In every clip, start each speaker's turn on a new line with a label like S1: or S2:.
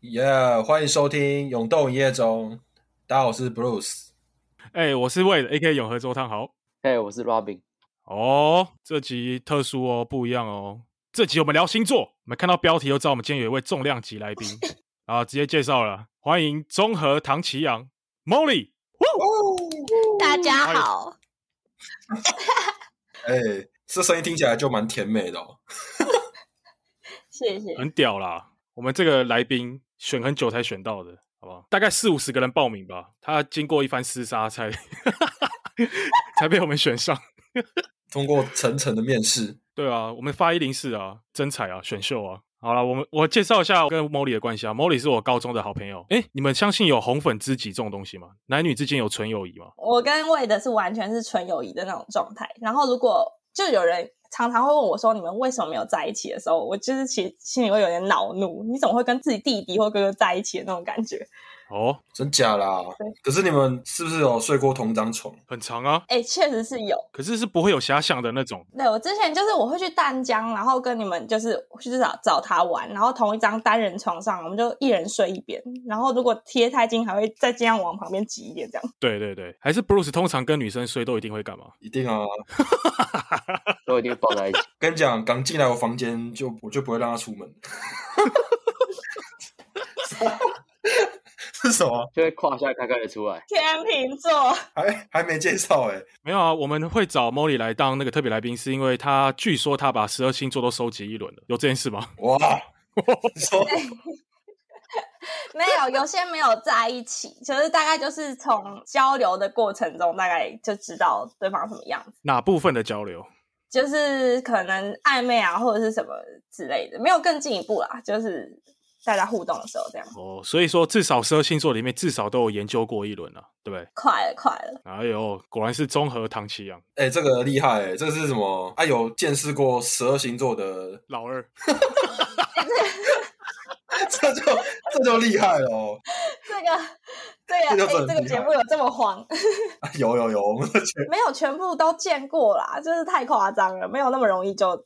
S1: 耶欢迎收听《永动一夜中》，大家好，我是 Bruce。
S2: 哎、我是为了 AK 永和周汤豪
S3: 嘿我是 Robin。
S2: 哦，这集特殊哦，不一样哦。这集我们聊星座，我们看到标题就知道我们今天有一位重量级来宾啊，直接介绍了，欢迎综合唐奇阳 Molly。
S4: 大家好，
S1: 哎，这声音听起来就蛮甜美的哦。
S4: 谢谢。
S2: 很屌啦！我们这个来宾选很久才选到的，好不好？大概四五十个人报名吧，他经过一番厮杀才 才被我们选上。
S1: 通过层层的面试，
S2: 对啊，我们发一零四啊，真彩啊，选秀啊。好了，我们我介绍一下我跟 Molly 的关系啊。Molly 是我高中的好朋友。哎，你们相信有红粉知己这种东西吗？男女之间有纯友谊吗？
S4: 我跟魏的是完全是纯友谊的那种状态。然后如果就有人常常会问我说你们为什么没有在一起的时候，我就是其心里会有点恼怒，你怎么会跟自己弟弟或哥哥在一起的那种感觉？
S2: 哦，
S1: 真假啦
S4: 对？
S1: 可是你们是不是有睡过同张床？
S2: 很长啊，
S4: 哎、确实是有。
S2: 可是是不会有遐想的那种。
S4: 对我之前就是我会去淡江，然后跟你们就是去找找他玩，然后同一张单人床上，我们就一人睡一边，然后如果贴太近，还会再尽量往旁边挤一点这样。
S2: 对对对，还是 Bruce 通常跟女生睡都一定会干嘛？
S1: 一定啊！
S3: 都一定抱在一起。
S1: 跟你讲，刚进来我房间就我就不会让他出门。 是什么？
S3: 就会胯下开开的出来。
S4: 天秤座，
S1: 还还没介绍哎、
S2: 没有啊，我们会找 Molly 来当那个特别来宾，是因为他据说他把十二星座都收集一轮了，有这件事吗？
S1: 哇！你说
S4: 没有，有些没有在一起，就是大概就是从交流的过程中，大概就知道对方什么样子，
S2: 哪部分的交流？
S4: 就是可能暧昧啊，或者是什么之类的，没有更进一步啦，就是大家互动的时候这样，
S2: 哦，所以说至少十二星座里面至少都有研究过一轮啊，对不对？
S4: 快了，快了，
S2: 哎呦，果然是综合唐奇阳
S1: 哎、这个厉害、欸，这是什么？啊，有见识过十二星座的，
S2: 老二。
S1: 这就这就厉害了、哦
S4: 这个
S1: 这
S4: 这个
S1: 就
S4: 哎，
S1: 很
S4: 这个
S1: 厉
S4: 节
S1: 害
S4: 目有这么黄，
S1: 啊有有有，我们都觉得
S4: 没有全部都见过啦，就是太夸张了，没有那么容易就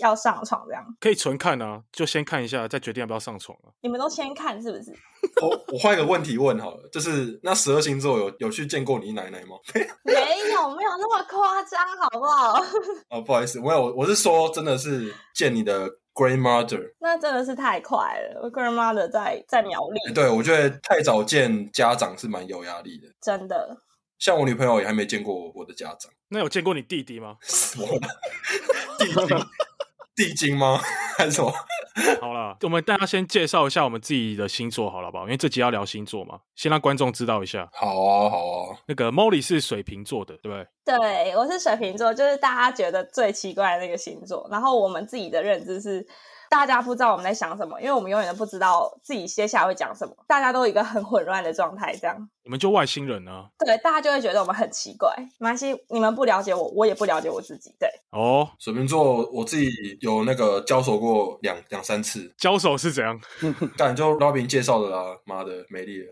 S4: 要上床这样。
S2: 可以纯看啊，就先看一下，再决定要不要上床啊。
S4: 你们都先看是不 是？
S1: 我我换一个问题问好了，就是那十二星座有有去见过你奶奶吗？
S4: 没有，没有那么夸张，好不好？
S1: 哦，不好意思，没有，我是说真的是见你的 grandmother。
S4: 那真的是太快了，我 grandmother 在在苗栗，
S1: 哎对，我觉得太早见家长是蛮有压力的。
S4: 真的。
S1: 像我女朋友也还没见过我的家长，
S2: 那有见过你弟弟吗？
S1: 什么地精地精吗？ 还是什么？
S2: 好啦，我们大家先介绍一下我们自己的星座，好了吧？因为这集要聊星座嘛，先让观众知道一下。
S1: 好啊，好啊，
S2: 那个 Molly 是水瓶座的，对不对？
S4: 对，我是水瓶座，就是大家觉得最奇怪的那个星座。然后我们自己的认知是，大家不知道我们在想什么，因为我们永远都不知道自己接下来会讲什么，大家都有一个很混乱的状态。这样，
S2: 你们就外星人啊？
S4: 对，大家就会觉得我们很奇怪。没关系，你们不了解我，我也不了解我自己。对，
S2: 哦，
S1: 水瓶座我自己有那个交手过两两三次，
S2: 交手是怎样？
S1: 感就 Robin 介绍的啦，妈的没力了，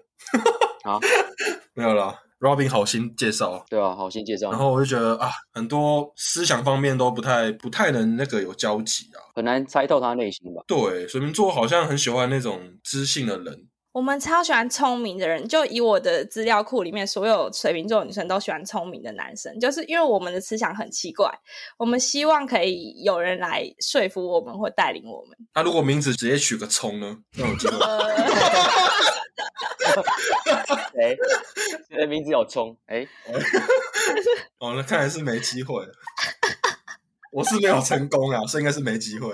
S3: 好，
S1: 没有啦，Robin 好心介绍，
S3: 对啊，好，先介绍
S1: 然，后我就觉得啊，很多思想方面都不太不太能那个有交集啊。
S3: 很难猜透他内心吧？
S1: 对，水瓶座好像很喜欢那种知性的人，
S4: 我们超喜欢聪明的人，就以我的资料库里面，所有水瓶座女生都喜欢聪明的男生，就是因为我们的思想很奇怪，我们希望可以有人来说服我们或带领我们。
S1: 他、如果名字直接取个聪呢，那我觉得
S4: 呃
S3: 哎，这名字有冲，哎，
S1: 哦，那看来是没机会了。 我是没有成功啊，所以应该是没机会。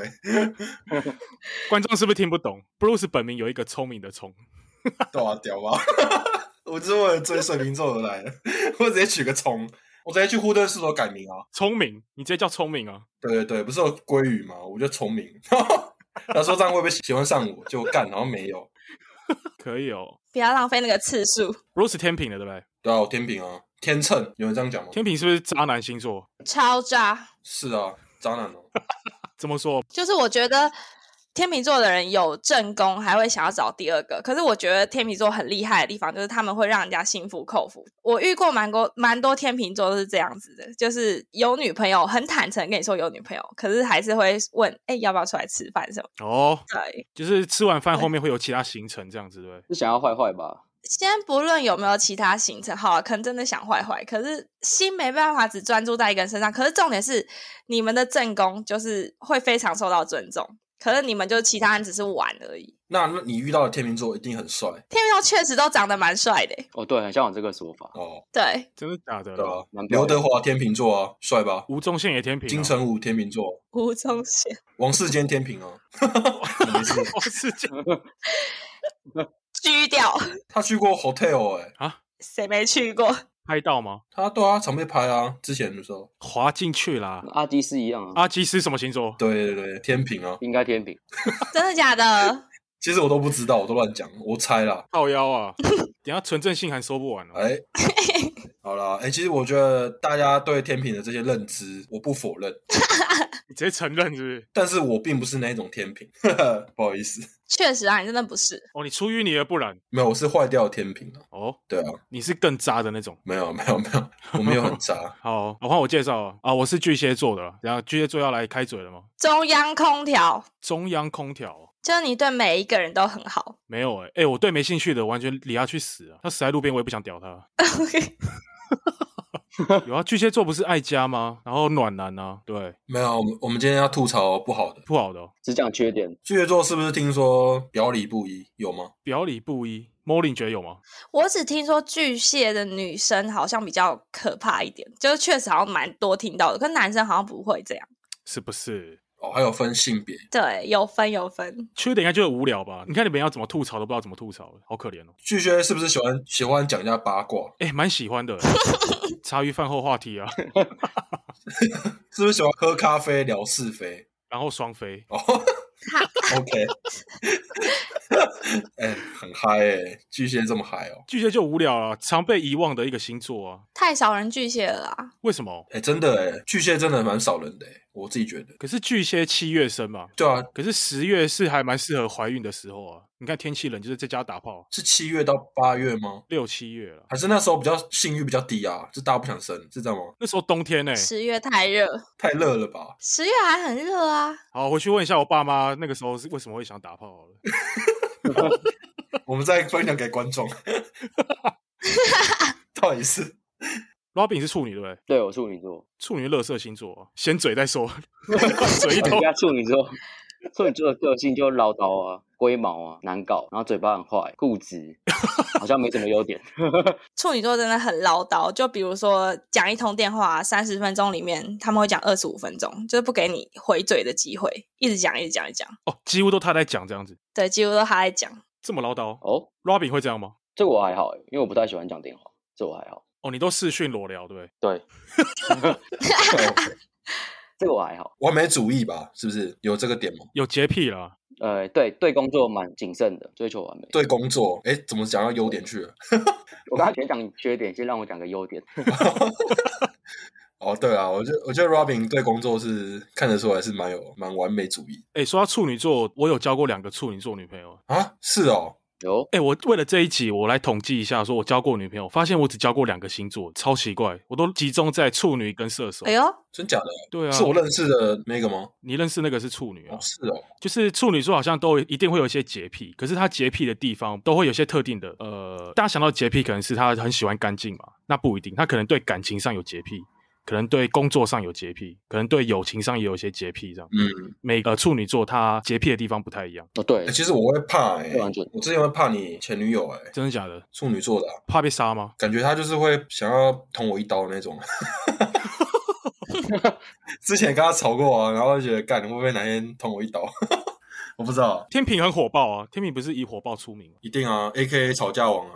S2: 观众是不是听不懂？Bruce 本名有一个聪明的聪，
S1: 对啊，屌吧！ 我就是为了追水瓶座而来的，我直接取个聪，我直接去户政事所改名啊。
S2: 聪明，你直接叫聪明啊！
S1: 对对对，不是有鲑鱼吗？我就聪明。 他说这样会不会喜欢上我？就干，然后没有。
S2: 可以哦。
S4: 不要浪费那个次数，
S2: Bruce 天平的，对不对？
S1: 对啊，我天平啊，天秤，有人这样讲吗？
S2: 天平是不是渣男星座？
S4: 超渣。
S1: 是啊，渣男哦。
S2: 怎么说？
S4: 就是我觉得天秤座的人有正宫，还会想要找第二个。可是我觉得天秤座很厉害的地方，就是他们会让人家心服口服。我遇过蛮多蛮多天秤座都是这样子的，就是有女朋友，很坦诚跟你说有女朋友，可是还是会问，哎、要不要出来吃饭什么
S2: 哦，
S4: 的。对，
S2: 就是吃完饭后面会有其他行程这样子，对不对？
S3: 是想要坏坏吧？
S4: 先不论有没有其他行程，好、啊，可能真的想坏坏，可是心没办法只专注在一个人身上。可是重点是，你们的正宫就是会非常受到尊重，可是你们就其他人只是玩而已。
S1: 那那你遇到的天秤座一定很帅
S4: 天秤座确实都长得蛮帅的欸，
S3: 哦，对，很像我这个说法，
S1: 哦，
S4: 对，
S2: 真的假的
S1: 对啊
S2: 啦？
S1: 吧？
S3: 蛮
S1: 刘
S3: 标
S1: 德
S3: 准
S1: 华天秤座啊，帅吧？
S2: 吴宗宪也天平、啊
S1: 金，城武天秤座，
S4: 吴宗宪。
S1: 王世坚天平哦、啊，没事，
S2: 哦，是这样
S4: 狙掉，
S1: 他去过 hotel 哎、
S4: 谁没去过？
S2: 拍到吗？
S1: 他对啊，常被拍啊，之前的时候，
S2: 滑进去啦
S3: 跟。阿基斯一样啊，
S2: 阿基斯什么星座？
S1: 对对对，天平啊，
S3: 应该天平。
S4: 真的假的？
S1: 其实我都不知道，我都乱讲，我猜啦。
S2: 靠腰 啊！等一下纯正信函收不完哦。
S1: 哎、好啦，哎、其实我觉得大家对天平的这些认知，我不否认，
S2: 你直接承认是不是？
S1: 但是我并不是那一种天平， 不好意思，
S4: 确实啊，你真的不是。
S2: 哦，你出淤泥而不染。
S1: 没有，我是坏掉的天平啊，
S2: 哦，
S1: 对啊，
S2: 你是更渣的那种。，
S1: 没有没有没有，我没有很渣
S2: 好，我换我介绍啊，啊，我是巨蟹座的啦，然后巨蟹座要来开嘴了吗？
S4: 中央空调，
S2: 中央空调哦
S4: 就是你对每一个人都很 好。
S2: 没有哎、欸，欸我对没兴趣的完全理他去死啊！他死在路边，我也不想屌他。 有啊，巨蟹座不是爱家吗？然后暖男啊，对，
S1: 没有，我们我们今天要吐槽不好的
S2: 不好的哦、
S3: 只讲缺点，
S1: 巨蟹座，是不是听说表里不一，有吗？
S2: 表里不一。Molly 你觉得有吗？
S4: 我只听说巨蟹的女生好像比较可怕一点，就是确实好像蛮多听到的，可是男生好像不会这样。
S2: 是不是？
S1: 哦，还有分性别，
S4: 对，有分有分，
S2: 缺点应该就是无聊吧？你看你们要怎么吐槽都不知道怎么吐槽了，好可怜哦。
S1: 巨蟹是不是喜欢喜欢讲一下八卦？
S2: 哎、蛮喜欢的， 茶余饭后话题啊，
S1: 是不是喜欢喝咖啡聊是非？
S2: 然后双飞，
S1: 哦，OK，哎、很嗨哎、巨蟹这么嗨哦、
S2: 巨蟹就无聊啊，常被遗忘的一个星座啊。
S4: 太少人巨蟹了啊！
S2: 为什么？
S1: 哎、真的哎、巨蟹真的蛮少人的、欸，我自己觉得。
S2: 可是巨蟹七月生嘛，
S1: 对啊，
S2: 可是十月是还蛮适合怀孕的时候啊。你看天气冷，就是在家打炮，啊
S1: 是七月到八月吗？
S2: 六七月了，
S1: 还是那时候比较性欲比较低啊？就大家不想生，是这样吗？
S2: 那时候冬天呢、
S4: 十月太热，
S1: 太热了吧？
S4: 十月还很热啊！
S2: 好，回去问一下我爸妈，那个时候是为什么会想打炮好了。
S1: 我们再分享给观众， 到底是
S2: Robin 是处女对不对？
S3: 对我处女座，
S2: 处女乐色星座啊、先嘴再说，嘴一
S3: 人
S2: 头。
S3: 家处女座，处女座的个性就唠叨啊、龟毛啊、难搞，然后嘴巴很坏、固执，好像没什么优点。
S4: 处女座真的很唠叨，就比如说讲一通电话三十分钟里面，他们会讲二十五分钟，就是不给你回嘴的机会，一直讲一直讲一直讲。
S2: 哦，几乎都他在讲这样子，
S4: 对，几乎都他在讲。
S2: 这么唠叨。
S3: 哦，
S2: Robin 会这样吗？
S3: 这个我还好欸，因为我不太喜欢讲电话，这我还好。
S2: 哦，你都视讯裸聊对不对？
S3: 对，这个我还好。
S1: 哦完美主义吧？是不是有这个点吗？
S2: 有洁癖啦，
S3: 呃，对对，工作蛮谨慎的，追求完美。
S1: 对工作，哎、怎么讲到优点去了？
S3: 我刚才先讲缺点，先让我讲个优点。
S1: 哦，对啊，我觉得我觉得 Robin 对工作是看得出来是蛮有蛮完美主义
S2: 哎，说到处女座，我有交过两个处女座女朋友。
S1: 啊，是哦，
S3: 有
S2: 哎，我为了这一集，我来统计一下，说我交过女朋友，发现我只交过两个星座，超奇怪，我都集中在处女跟射手
S4: 哎。呦，
S1: 真假的？
S2: 对啊，
S1: 是我认识的那个吗？
S2: 你认识那个是处女啊
S1: 哦，？是哦，
S2: 就是处女座好像都一定会有一些洁癖，可是他洁癖的地方都会有些特定的，呃，大家想到洁癖可能是他很喜欢干净嘛，那不一定，他可能对感情上有洁癖，可能对工作上有洁癖，可能对友情上也有一些洁癖，这样。
S1: 嗯，
S2: 每呃处女座他洁癖的地方不太一样，
S3: 哦，对
S1: 诶，其实我会怕哎、
S3: 对完全
S1: 我之前会怕你前女友哎、
S2: 真的假的？
S1: 处女座的、啊，
S2: 怕被杀吗？
S1: 感觉她就是会想要捅我一刀的那种。 之前跟她吵过啊，然后就觉得干会不会哪天捅我一刀？ 我不知道，
S2: 天平很火爆啊，天平不是以火爆出名吗？
S1: 一定啊，A K A 吵架王啊。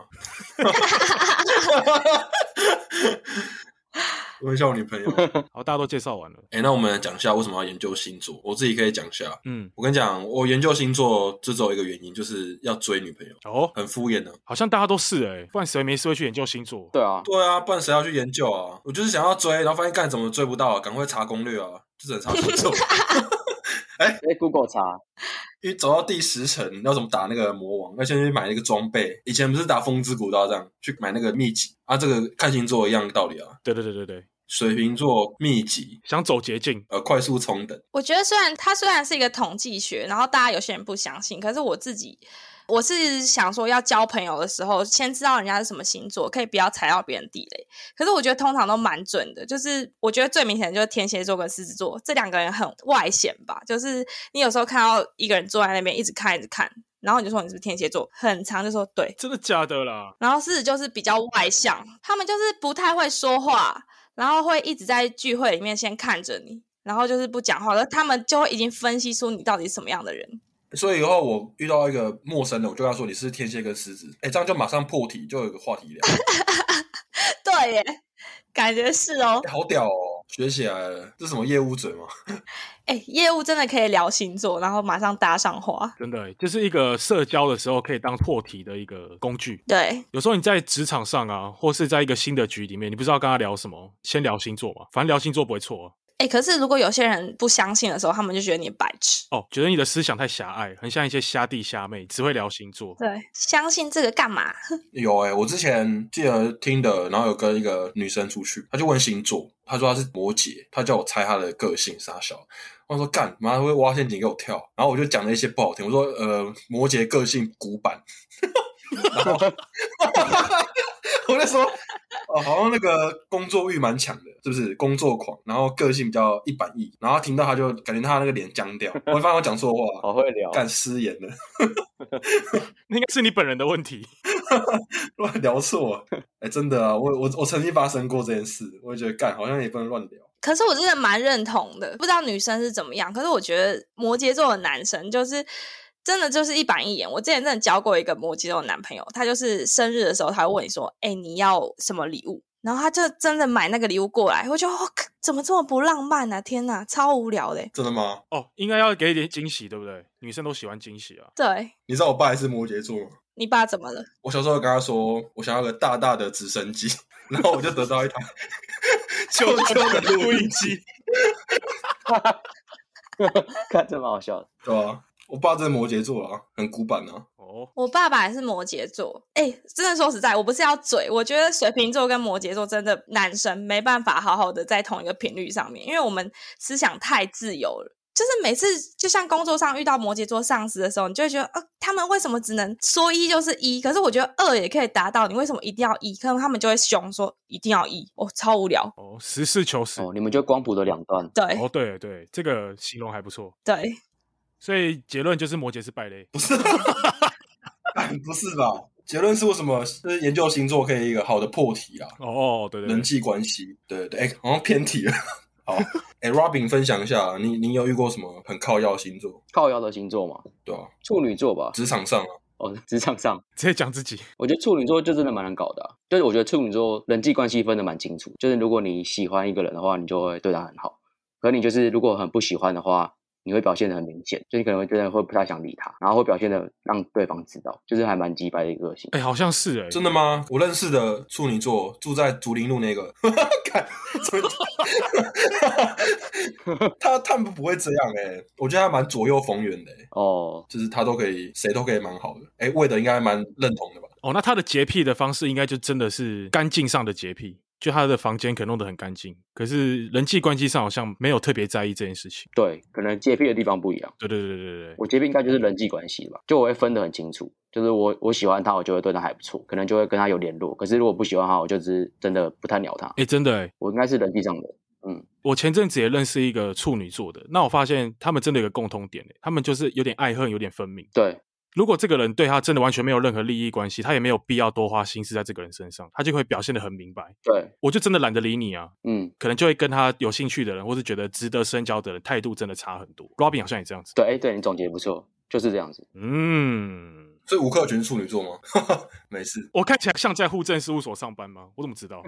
S1: 我很像我女朋友。
S2: 好，大家都介绍完了，
S1: 哎、那我们来讲一下为什么要研究星座。我自己可以讲一下。
S2: 嗯，
S1: 我跟你讲，我研究星座就只有一个原因，就是要追女朋友，
S2: 哦，
S1: 很敷衍的、啊
S2: 好像大家都是哎、不然谁没事会去研究星座？
S3: 对啊，
S1: 对啊，不然谁要去研究啊？我就是想要追，然后发现干怎么追不到，赶快查攻略啊，就只能查星座。
S3: 在哎 Google 查，
S1: 因为走到第十层，要怎么打那个魔王？要先去买那个装备。以前不是打风之谷都要这样去买那个秘籍啊，这个看星座一样道理啊。
S2: 对对对对对，
S1: 水瓶座秘籍，
S2: 想走捷径，
S1: 呃，快速冲等，
S4: 我觉得虽然它虽然是一个统计学，然后大家有些人不相信，可是我自己我是想说，要交朋友的时候，先知道人家是什么星座，可以不要踩到别人地雷。可是我觉得通常都蛮准的，就是我觉得最明显的就是天蝎座跟狮子座这两个人很外显吧，就是你有时候看到一个人坐在那边一直看一直看，然后你就说你是不是天蝎座，很长就说对，
S2: 真的假的啦？
S4: 然后狮子就是比较外向，他们就是不太会说话，然后会一直在聚会里面先看着你，然后就是不讲话，而他们就会已经分析出你到底是什么样的人。
S1: 所以以后我遇到一个陌生的，我就跟他说你是天蝎跟狮子，哎，这样就马上破题，就有个话题聊，
S4: 对耶，感觉是哦
S1: 诶。好屌哦，学起来了，这是什么业务嘴吗？
S4: 哎，业务真的可以聊星座，然后马上搭上话。
S2: 真的欸，就是一个社交的时候可以当破题的一个工具。
S4: 对，
S2: 有时候你在职场上啊，或是在一个新的局里面，你不知道跟他聊什么，先聊星座嘛，反正聊星座不会错啊、
S4: 哎，可是如果有些人不相信的时候，他们就觉得你白痴。
S2: 哦，觉得你的思想太狭隘，很像一些虾弟虾妹，只会聊星座。
S4: 对，相信这个干嘛？
S1: 有哎、我之前记得听的，然后有跟一个女生出去，她就问星座，她说她是摩羯，她叫我猜她的个性傻小。我说干，妈会挖陷阱给我跳，然后我就讲了一些不好听，我说呃，摩羯个性古板， 然后我就说哦，好像那个工作欲蛮强的，是不是？工作狂，然后个性比较一板一眼，然后听到她就感觉她那个脸僵掉，我就发现我讲错话，
S3: 好会聊。
S1: 干失言了。
S2: 那应该是你本人的问题。
S1: 乱聊错，哎、真的啊，我我我曾经发生过这件事，我也觉得干好像也不能乱聊，
S4: 可是我真的蛮认同的，不知道女生是怎么样。可是我觉得摩羯座的男生就是真的就是一板一眼。我之前真的交过一个摩羯座的男朋友，他就是生日的时候，他会问你说：“哎、你要什么礼物？”然后他就真的买那个礼物过来，我觉得、哦、怎么这么不浪漫啊！天哪，超无聊的欸。
S1: 真的吗？
S2: 哦，应该要给一点惊喜，对不对？女生都喜欢惊喜啊。
S4: 对
S1: 你知道我爸也是摩羯座吗？
S4: 你爸怎么了？
S1: 我小时候跟他说我想要个大大的直升机， 然后我就得到 一台旧旧的录音机，
S3: 看，真蛮好笑的。
S1: 对吧、啊？我爸真的摩羯座啊，很古板啊，
S2: 哦，
S4: 我爸爸也是摩羯座，哎、真的说实在，我不是要嘴，我觉得水瓶座跟摩羯座真的男生没办法好好的在同一个频率上面，因为我们思想太自由了。就是每次就像工作上遇到摩羯座上司的时候，你就会觉得，呃，他们为什么只能说一就是一？可是我觉得二也可以达到，你为什么一定要一？可能他们就会凶说一定要一，哦，超无聊。
S2: 哦，实事求是。
S3: 哦，你们就光谱的两端，
S4: 对、
S1: 哎
S2: 哦，对对，这个形容还不错。
S4: 对，
S2: 所以结论就是摩羯是败类。
S1: 不是， 干不是吧？结论是为什么？就是研究星座可以一个好的破题啊，
S2: 哦哦，对对
S1: 人
S2: 对，
S1: 际关系，对对对，哎、好像偏题了。 好，哎、r o b i n 分享一下，啊你你有遇过什么很靠要星座？
S3: 靠腰的星座嘛，
S1: 对啊，
S3: 处女座吧。
S1: 职场上啊，
S3: 哦，职场上，
S2: 直接讲自己。
S3: 我觉得处女座就真的蛮难搞的啊、就是我觉得处女座人际关系分得蛮清楚，就是如果你喜欢一个人的话，你就会对他很好；可你就是如果很不喜欢的话，你会表现得很明显，就你可能会觉得会不太想理他，然后会表现的让对方知道，就是还蛮鸡掰的一个个性。
S2: 哎，好像是哎，
S1: 真的吗？我认识的处女座住在竹林路那个， 看，真的 他他们不会这样哎、我觉得他蛮左右逢源的、欸，
S3: 哦，
S1: 就是他都可以，谁都可以蛮好的。哎、魏德应该蛮认同的吧？
S2: 哦，那他的洁癖的方式应该就真的是干净上的洁癖，就他的房间可能弄得很干净，可是人际关系上好像没有特别在意这件事情。
S3: 对，可能洁癖的地方不一样。
S2: 对对对对对对，
S3: 我洁癖应该就是人际关系吧，就我会分得很清楚，就是我我喜欢他，我就会对他还不错，可能就会跟他有联络。可是如果不喜欢他，我就只是真的不太鸟他。
S2: 哎，真的哎，
S3: 我应该是人际上的，嗯，
S2: 我前阵子也认识一个处女座的，那我发现他们真的有个共通点诶，欸他们就是有点爱恨，有点分明。
S3: 对，
S2: 如果这个人对他真的完全没有任何利益关系，他也没有必要多花心思在这个人身上，他就会表现得很明白。
S3: 对，
S2: 我就真的懒得理你啊，
S3: 嗯，
S2: 可能就会跟他有兴趣的人，或是觉得值得深交的人，态度真的差很多。Robin 好像也这样子，
S3: 对，哎，对你总结不错，就是这样子。
S2: 嗯，
S1: 所以吴克群是处女座吗？ 没事，
S2: 我看起来像在户政事务所上班吗？我怎么知道？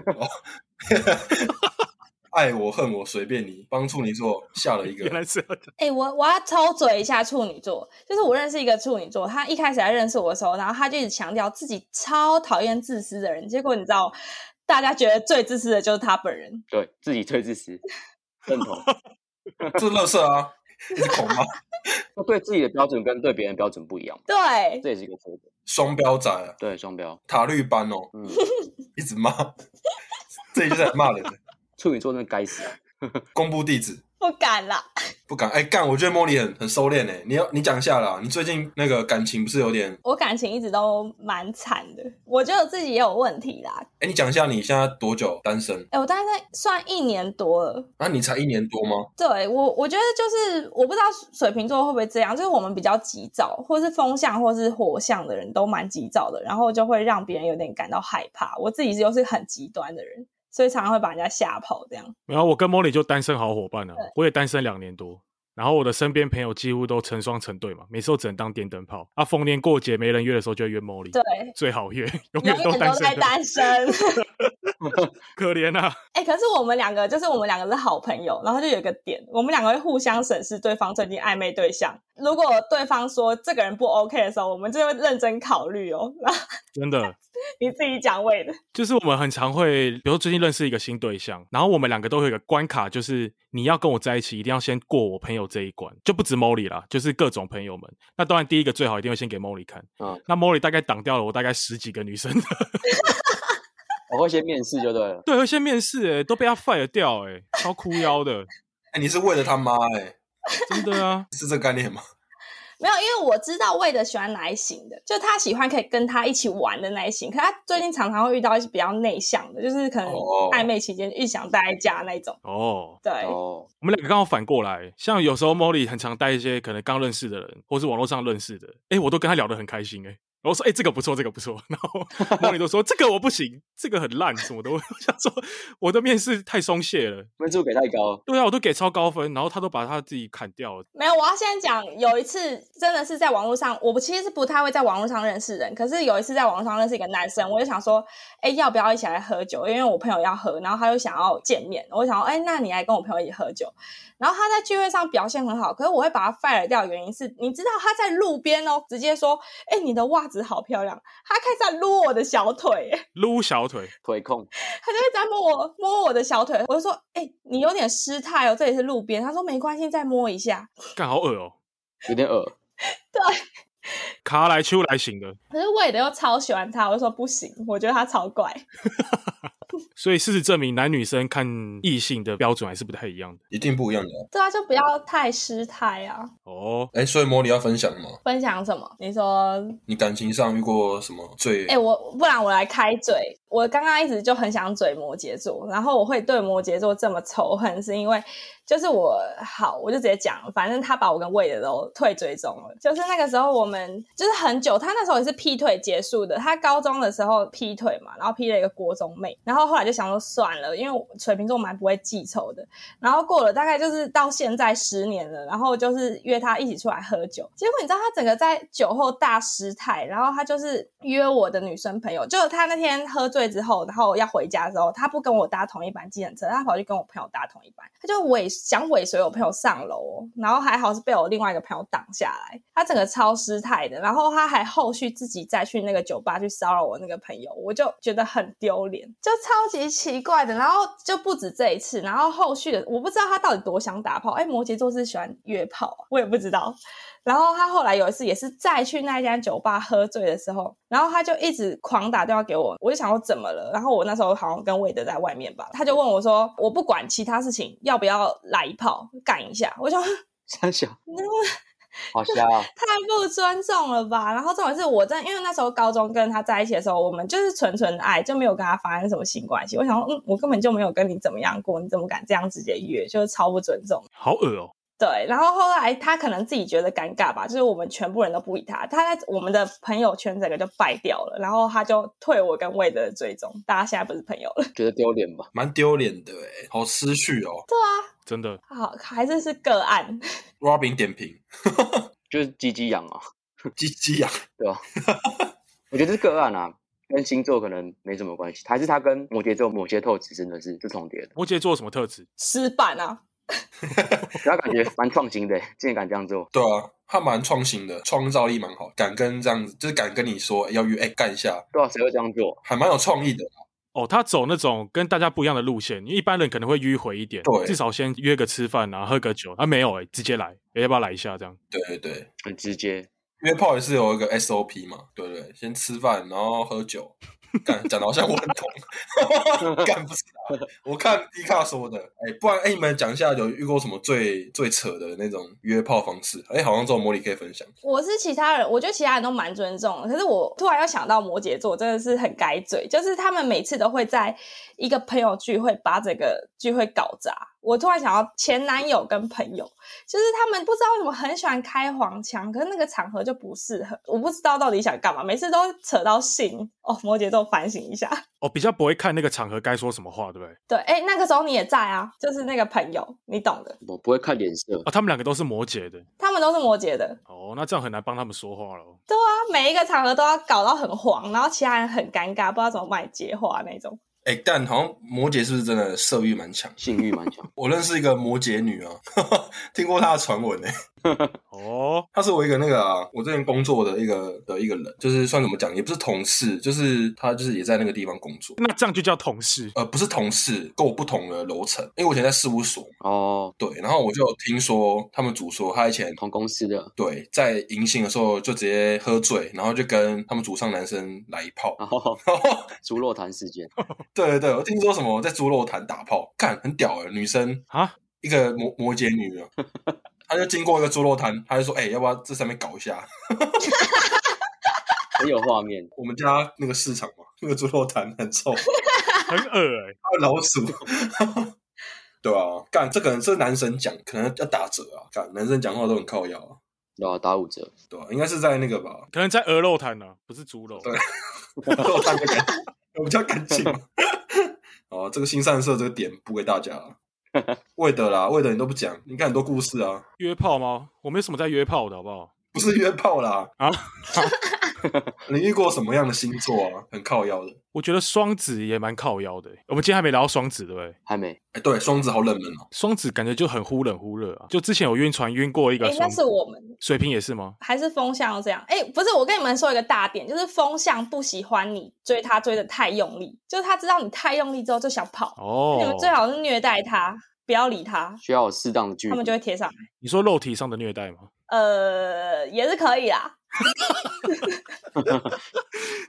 S1: 爱我恨我随便你，帮处女座下 了一
S2: 原
S1: 个
S2: 来是要这样
S4: 哎、我我要抽嘴一下处女座，就是我认识一个处女座，他一开始在认识我的时候，然后他就一直强调自己超讨厌自私的人，结果你知道，大家觉得最自私的就是他本人。
S3: 对自己最自私，认同。
S1: 这乐色啊，一直狂骂，
S3: 就对自己的标准跟对别人的标准不一样，
S4: 对，
S3: 这也是一个缺点。
S1: 双标仔啊，
S3: 对，双标，
S1: 塔绿班哦，
S3: 嗯，
S1: 一直骂，这里就是在骂人的。
S3: 处女座那该死啊，
S1: 公布地址，
S4: 不敢啦，
S1: 不敢哎干，我觉得莫莉很很收敛哎，你要你讲一下啦，你最近那个感情不是有点
S4: 我感情一直都蛮惨的，我觉得我自己也有问题啦。
S1: 哎，你讲一下你现在多久单身？
S4: 哎、我大概算一年多了，
S1: 那、你才一年多吗？
S4: 对我，我觉得就是我不知道水瓶座会不会这样，就是我们比较急躁，或是风象或是火象的人都蛮急躁的，然后就会让别人有点感到害怕。我自己又是很极端的人，所以常常会把人家吓跑。这样
S2: 然后我跟 Molly 就单身好伙伴啊，我也单身两年多。然后我的身边朋友几乎都成双成对嘛，每次都只能当电灯泡。啊，逢年过节没人约的时候就会约 Molly，
S4: 对，
S2: 最好 约，永
S4: 永
S2: 远都
S4: 远
S2: 单
S4: 都
S2: 身
S4: 在
S2: 的，
S4: 单身。
S2: 可怜啊！
S4: 哎、可是我们两个就是我们两个是好朋友，然后就有一个点，我们两个会互相审视对方最近暧昧对象。如果对方说这个人不 OK 的时候，我们就会认真考虑哦。 然后
S2: 真的，
S4: 你自己讲位的，
S2: 就是我们很常会，比如说最近认识一个新对象，然后我们两个都会有一个关卡，就是你要跟我在一起，一定要先过我朋友这一关，就不止 Molly 啦，就是各种朋友们。那当然第一个最好一定会先给 Molly 看，
S3: 嗯，
S2: 那 Molly 大概挡掉了我大概十几个女生的，
S3: 我会先面试就对了。
S2: 对，会先面试、欸，都被他 fire 掉、欸，超哭腰的，
S1: 哎，你是为了他妈哎，
S2: 真的啊，
S1: 是这个概念吗？
S4: 没有，因为我知道魏德喜欢哪一型的，就他喜欢可以跟他一起玩的那一型。可他最近常常会遇到一些比较内向的，就是可能
S1: 哦
S4: 暧昧期间一想待在家那一种。
S2: 哦。
S4: 对，
S3: 哦，
S2: 我们两个刚好反过来，像有时候 Molly 很常带一些可能刚认识的人，或是网络上认识的，哎、我都跟他聊得很开心、诶哎，然后说，哎、这个不错，这个不错，然后 Molly 都说这个我不行，这个很烂，什么都，我想说我的面试太松懈了，
S3: 分数给太高，
S2: 对啊，我都给超高分，然后他都把他自己砍掉了，
S4: 没有，我要先讲，有一次真的是在网络上，我其实是不太会在网络上认识人，可是有一次在网络上认识一个男生，我就想说，哎，要不要一起来喝酒？因为我朋友要喝，然后他又想要见面，我就想说，哎，那你来跟我朋友一起喝酒。然后他在聚会上表现很好，可是我会把他 fire 掉，原因是你知道他在路边哦，直接说，哎，你的袜子好漂亮，他开始在撸我的小腿，哎
S2: 撸小腿，
S3: 腿控，
S4: 他就一直在摸我摸我的小腿，我就说，哎，你有点失态哦，这里是路边。他说没关系，再摸一下。
S2: 干好恶哦、
S3: 有点恶。
S2: 卡来出来型的，
S4: 可是魏德又超喜欢他，我就说不行，我觉得他超怪。
S2: 所以事实证明，男女生看异性的标准还是不太一样的
S1: 一定不一样的
S4: 对啊，就不要太失态啊。
S2: 哦。
S1: 哎，所以莫莉要分享吗？
S4: 分享什么？你说，
S1: 你感情上遇过什么最
S4: 哎、我不然我来开嘴。我刚刚一直就很想嘴摩羯座，然后我会对摩羯座这么仇恨，是因为就是我好，我就直接讲，反正他把我跟魏德都退追踪了。就是那个时候我们就是很久，他那时候也是劈腿结束的。他高中的时候劈腿嘛，然后劈了一个国中妹，然后后来就想说算了，因为水瓶座蛮不会记仇的，然后过了大概就是到现在十年了，然后就是约他一起出来喝酒，结果你知道他整个在酒后大失态，然后他就是约我的女生朋友，就他那天喝醉之后，然后要回家之后，他不跟我搭同一班计程车，他跑去跟我朋友搭同一班，他就尾想尾随我朋友上楼、哦，然后还好是被我另外一个朋友挡下来，他整个超失态的，然后他还后续自己再去那个酒吧去骚扰我那个朋友，我就觉得很丢脸，就超级奇怪的。然后就不止这一次，然后后续的我不知道他到底多想打炮，哎，摩羯座是喜欢约炮啊，我也不知道。然后他后来有一次也是再去那一家酒吧喝醉的时候，然后他就一直狂打电话给我，我就想说怎么了？然后我那时候好像跟魏德在外面吧，他就问我说，我不管其他事情，要不要来一炮干一下？我想
S3: 三小，好瞎啊！
S4: 太不尊重了吧！然后重点是我真的因为那时候高中跟他在一起的时候，我们就是纯纯的爱，就没有跟他发生什么性关系。我想说，嗯，我根本就没有跟你怎么样过，你怎么敢这样直接约，就是超不尊重。
S2: 好恶哦、
S4: 对，然后后来他可能自己觉得尴尬吧，就是我们全部人都不理他，他在我们的朋友圈整个就败掉了，然后他就退我跟魏德的追踪，大家现在不是朋友了。
S3: 觉得丢脸吧？
S1: 蛮丢脸的哎，好失序哦。
S2: 真的，
S4: 好，还是是个案，
S1: Robin 点评，
S3: 就是鸡鸡痒啊，
S1: 鸡鸡啊，
S3: 对吧？ 我觉得这是个案啊，跟星座可能没什么关系，还是他跟摩羯座某些特质真的是是重叠的。
S2: 摩羯座有什么特质？
S4: 失败啊，
S3: 他感觉蛮创新的，竟然敢这样做，
S1: 对啊，他蛮创新的，创造力蛮好，敢跟这样子，就是敢跟你说要约，哎，干一下，
S3: 对啊，谁会这样做？
S1: 还蛮有创意的。
S2: 哦，他走那种跟大家不一样的路线，因为一般人可能会迂回一点，
S1: 对
S2: 至少先约个吃饭啊，喝个酒啊，没有哎、直接来，诶要不要来一下这样？
S1: 对对对，
S3: 很直接。
S1: 约炮也是有一个 SOP 嘛，对不对？先吃饭，然后喝酒。干 讲的好像我很懂， 干不是啊！我看迪卡说的，哎、不然哎、你们讲一下有遇过什么最最扯的那种约炮方式？哎、好像只有魔力可以分享。
S4: 我是其他人，我觉得其他人都蛮尊重的。可是我突然要想到摩羯座真的是很改嘴，就是他们每次都会在一个朋友聚会把整个聚会搞砸。我突然想到前男友跟朋友，就是他们不知道为什么很喜欢开黄腔，可是那个场合就不适合。我不知道到底想干嘛，每次都扯到性哦。摩羯座反省一下。
S2: 哦，比较不会看那个场合该说什么话，对不对？
S4: 对，哎，那个时候你也在啊，就是那个朋友，你懂的。
S3: 我不会看脸色，
S2: 哦，他们两个都是摩羯的，
S4: 他们都是摩羯的，
S2: 哦，那这样很难帮他们说话了。
S4: 他每一个场合都要搞到很黄，然后其他人很尴尬，不知道怎么帮你接话那种。
S1: 哎、但好像摩羯是不是真的色欲蛮强？。
S3: 性欲蛮强
S1: 我认识一个摩羯女啊， 听过她的传闻呢、
S2: 哦，
S1: 他是我一个那个啊，我之前工作的一个的一个人，就是算怎么讲，也不是同事，就是他就是也在那个地方工作，
S2: 那这样就叫同事
S1: 呃，不是同事，跟我不同的楼层，因为我以前在事务所，
S3: 哦，
S1: 对，然后我就有听说他们组说他以前。
S3: 同公司的，
S1: 对，在迎新的时候就直接喝醉，然后就跟他们组上男生来一炮。
S3: 然后
S1: 然后，
S3: 猪肉谈事件，
S1: 对对对，我听说什么在猪肉坛打炮，干很屌哎、女生
S2: 啊？
S1: 一个摩摩羯女啊，她就经过一个猪肉摊，她就说：“哎、要不要这上面搞一下？”
S3: 很有画面。
S1: 我们家那个市场嘛，那个猪肉摊很臭， 还
S2: 很恶哎、
S1: 有老鼠。 对啊，干这可能是男生讲，可能要打折啊。干男生讲话都很靠腰啊，
S3: 对啊，打五折，
S1: 对啊，应该是在那个吧，
S2: 可能在鹅肉摊呢、啊不是猪肉。
S1: 对猪肉摊的感觉，我比较干净嘛。哦，这个新善社这个点补给大家啊。魏德啦，魏德你都不讲，你看很多故事啊，
S2: 约炮吗？我没什么在约炮的，好不好？
S1: 不是约炮啦
S2: 啊！
S1: 你遇过什么样的星座啊？很靠腰的。
S2: 我觉得双子也蛮靠腰的欸、我们今天还没聊到双子，对不对？
S3: 还没
S1: 哎、对，双子好冷门哦。
S2: 双子感觉就很忽冷忽热啊。就之前有晕船晕过一个
S4: 哎，那
S2: 双子，
S4: 是我们
S2: 水瓶也是吗？
S4: 还是风向要这样？哎，不是，我跟你们说一个大点，就是风向不喜欢你追他追的太用力，就是他知道你太用力之后就想跑，
S2: 哦
S4: 你，们最好是虐待他，不要理他，
S3: 需要有适当的距
S4: 他们就
S3: 离。
S4: 会贴上来。
S2: 你说肉体上的虐待吗？
S4: 呃，也是可以啦，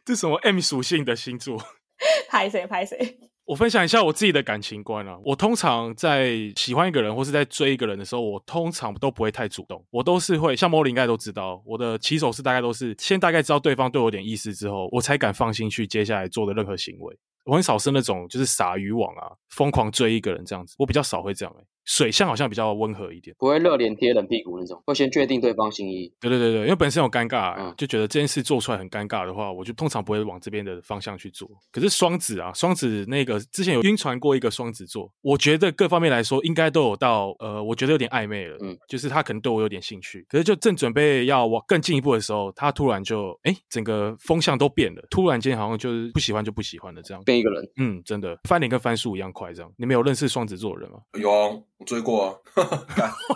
S2: 这什么 M 属性的星座？
S4: 拍谁拍谁。
S2: 我分享一下我自己的感情观啊。我通常在喜欢一个人或是在追一个人的时候，我通常都不会太主动，我都是会像莫莉应该都知道，我的起手式大概都是先大概知道对方对我有点意思之后，我才敢放心去接下来做的任何行为。我很少是那种就是撒渔网啊，疯狂追一个人这样子，我比较少会这样、欸。水象好像比较温和一点。
S3: 不会热脸贴冷屁股那种，会先确定对方心意。
S2: 对对对对，因为本身有尴尬、
S3: 嗯
S2: 就觉得这件事做出来很尴尬的话，我就通常不会往这边的方向去做。可是双子啊，双子那个之前有晕船过一个双子座，我觉得各方面来说应该都有到呃，我觉得有点暧昧了，
S3: 嗯
S2: 就是他可能对我有点兴趣，可是就正准备要往更进一步的时候，他突然就哎，整个风向都变了，突然间好像就是不喜欢就不喜欢了这样。
S3: 变一个人，
S2: 嗯，真的翻脸跟翻书一样快，这样。你们有认识双子座的人吗？
S1: 有啊，我追过啊。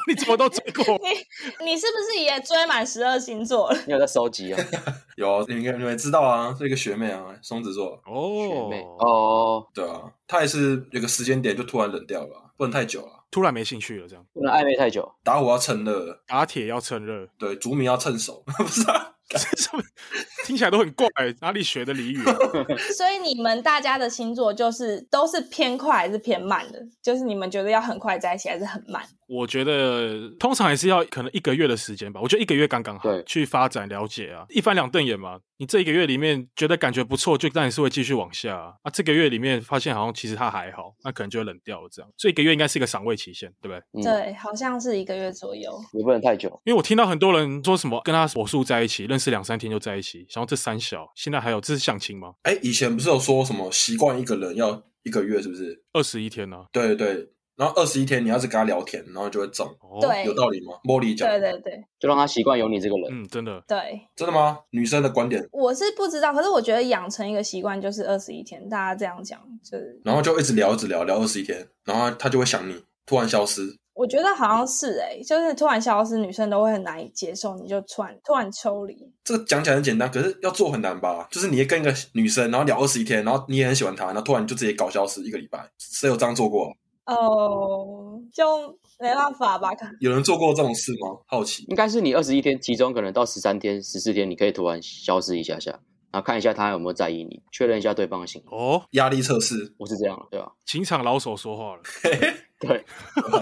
S2: 你怎么都追过？
S4: 你是不是也追满十二星座了？
S3: 你有在收集啊？
S1: 有啊，你们你们知道啊，是一个学妹啊，双子座，
S3: 学
S2: 哦
S3: 妹，哦，
S1: 对啊，她也是有个时间点就突然冷掉了啊、不能太久了啊，
S2: 突然没兴趣了，这样。
S3: 不能暧昧太久。
S1: 打火要趁热，
S2: 打铁要趁热，
S1: 对，竹米要趁手， 不是啊，
S2: 什么听起来都很怪，哪里学的俚语啊、
S4: 所以你们大家的星座就是都是偏快还是偏慢的？就是你们觉得要很快在一起还是很慢？
S2: 我觉得通常也是要可能一个月的时间吧，我觉得一个月刚刚好
S3: 对
S2: 去发展了解啊，一翻两瞪眼嘛。你这一个月里面觉得感觉不错，就当然是会继续往下啊。啊这个月里面发现好像其实它还好，那可能就会冷掉了这样。所以一个月应该是一个赏味期限，对不对？
S3: 嗯，
S4: 对，好像是一个月左右。
S3: 也不能太久。
S2: 因为我听到很多人说什么跟他火速在一起，认识两三天就在一起，然后这三小现在还有这是相亲吗？
S1: 哎、以前不是有说什么习惯一个人要一个月，是不是？
S2: 二十一天啊呢、
S1: 对对对，然后二十一天你要是跟她聊天，然后就会中，
S2: 哦，
S4: 对
S1: 有道理吗？茉莉讲，
S4: 对对对
S3: 就让他习惯有你这个人。
S2: 嗯，真的
S4: 对，
S1: 真的吗？女生的观点，
S4: 我是不知道，可是我觉得养成一个习惯就是二十一天，大家这样讲就是
S1: 然后就一直聊，一直聊，聊二十一天，然后她就会想你，突然消失，
S4: 我觉得好像是哎、就是突然消失，女生都会很难以接受，你就突然突然抽离，
S1: 这个讲起来很简单，可是要做很难吧？就是你跟一个女生，然后聊二十一天，然后你也很喜欢她，然后突然就直接搞消失一个礼拜，谁有这样做过？啊
S4: 哦，就没办法吧？可
S1: 有人做过这种事吗？好奇。
S3: 应该是你二十一天，其中可能到十三天、十四天，你可以突然消失一下下，然后看一下他有没有在意你，确认一下对方的行为。
S2: 哦，
S1: 压力测试，
S3: 我是这样了，对吧？
S2: 情场老手说话了，
S3: 对，